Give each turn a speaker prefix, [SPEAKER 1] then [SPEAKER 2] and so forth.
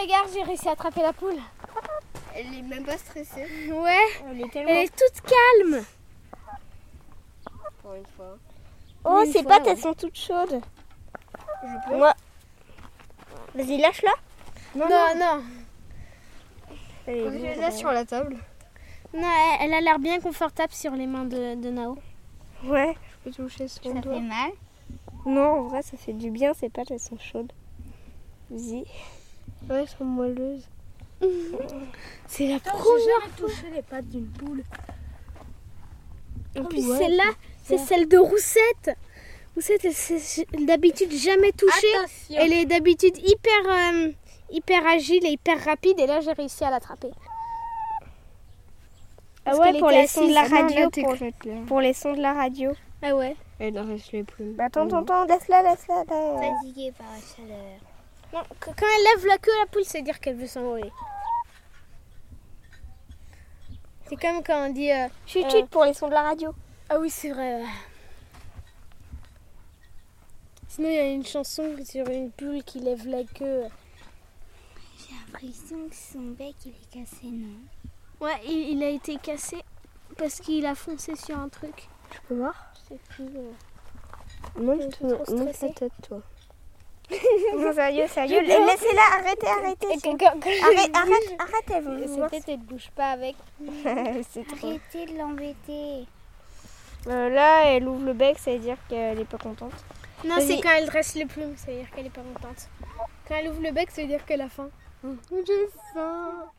[SPEAKER 1] regarde, j'ai réussi à attraper la poule.
[SPEAKER 2] Elle est même pas stressée
[SPEAKER 1] Ouais,
[SPEAKER 2] Elle est
[SPEAKER 1] elle est toute calme.
[SPEAKER 2] pour une fois.
[SPEAKER 3] Oh,
[SPEAKER 1] Une
[SPEAKER 3] ses
[SPEAKER 1] fois,
[SPEAKER 3] pattes,
[SPEAKER 1] ouais.
[SPEAKER 3] elles sont toutes chaudes.
[SPEAKER 2] Je peux
[SPEAKER 3] Moi. Vas-y, lâche-la.
[SPEAKER 1] Non, non, non,
[SPEAKER 2] Faut que je la laisse sur la table.
[SPEAKER 1] elle- elle a l'air bien confortable sur les mains de, de Nao.
[SPEAKER 3] Ouais.
[SPEAKER 2] Je peux toucher son
[SPEAKER 4] Ça
[SPEAKER 2] doigt.
[SPEAKER 4] fait mal.
[SPEAKER 3] Non, en vrai, ça fait du bien, ses pattes, elles sont chaudes. Vas-y.
[SPEAKER 2] Ouais, elles sont moelleuses.
[SPEAKER 1] C'est
[SPEAKER 5] J'ai
[SPEAKER 1] la
[SPEAKER 5] jamais touché les pattes d'une poule.
[SPEAKER 1] En plus, celle-là, c'est celle de Roussette. Roussette, elle s'est d'habitude jamais touchée.
[SPEAKER 5] Attention.
[SPEAKER 1] Elle est d'habitude hyper, euh, hyper agile et hyper rapide. Et là, j'ai réussi à l'attraper.
[SPEAKER 3] Ah
[SPEAKER 1] Parce
[SPEAKER 3] ouais,
[SPEAKER 1] qu'elle
[SPEAKER 3] pour
[SPEAKER 1] était
[SPEAKER 3] les sons de la
[SPEAKER 1] assise. Ah non,
[SPEAKER 3] radio.
[SPEAKER 1] là,
[SPEAKER 3] Pour, pour les sons de la radio.
[SPEAKER 1] Ah ouais.
[SPEAKER 2] Elle reste les plumes.
[SPEAKER 3] Bah, attends, attends, attends, laisse-la, laisse-la. là.
[SPEAKER 4] Fatiguée par la chaleur.
[SPEAKER 1] Non, qu- quand elle lève la queue, la poule, c'est dire qu'elle veut s'envoler. C'est comme quand on dit. euh,
[SPEAKER 3] Chut, chut, pour les sons de la radio.
[SPEAKER 1] Ah oui, c'est vrai. ouais. Sinon, il y a une chanson sur une poule qui lève la queue.
[SPEAKER 4] J'ai l'impression que son bec il est cassé, non
[SPEAKER 1] Ouais, il, il a été cassé parce qu'il a foncé sur un truc.
[SPEAKER 3] Je peux voir
[SPEAKER 1] Je sais plus. euh.
[SPEAKER 3] Monte,
[SPEAKER 1] suis trop
[SPEAKER 3] monte ta
[SPEAKER 1] stressée.
[SPEAKER 3] tête, toi. non, sérieux, sérieux.
[SPEAKER 1] J'ai peur.
[SPEAKER 3] Laissez-la, arrêtez, arrêtez.
[SPEAKER 1] Et
[SPEAKER 3] sinon-
[SPEAKER 1] que- quand- quand je
[SPEAKER 3] Arrête,
[SPEAKER 1] bouge,
[SPEAKER 3] arrête, arrête, elle veut
[SPEAKER 1] Cette
[SPEAKER 3] voir.
[SPEAKER 1] tête, elle bouge pas avec.
[SPEAKER 3] C'est trop.
[SPEAKER 4] Arrêtez de l'embêter.
[SPEAKER 3] Euh, là, elle ouvre le bec, ça veut dire qu'elle est pas contente.
[SPEAKER 1] Non,
[SPEAKER 3] Vas-y.
[SPEAKER 1] c'est quand elle dresse le plume, ça veut dire qu'elle est pas contente. Quand elle ouvre le bec, ça veut dire qu'elle a faim. J'ai faim.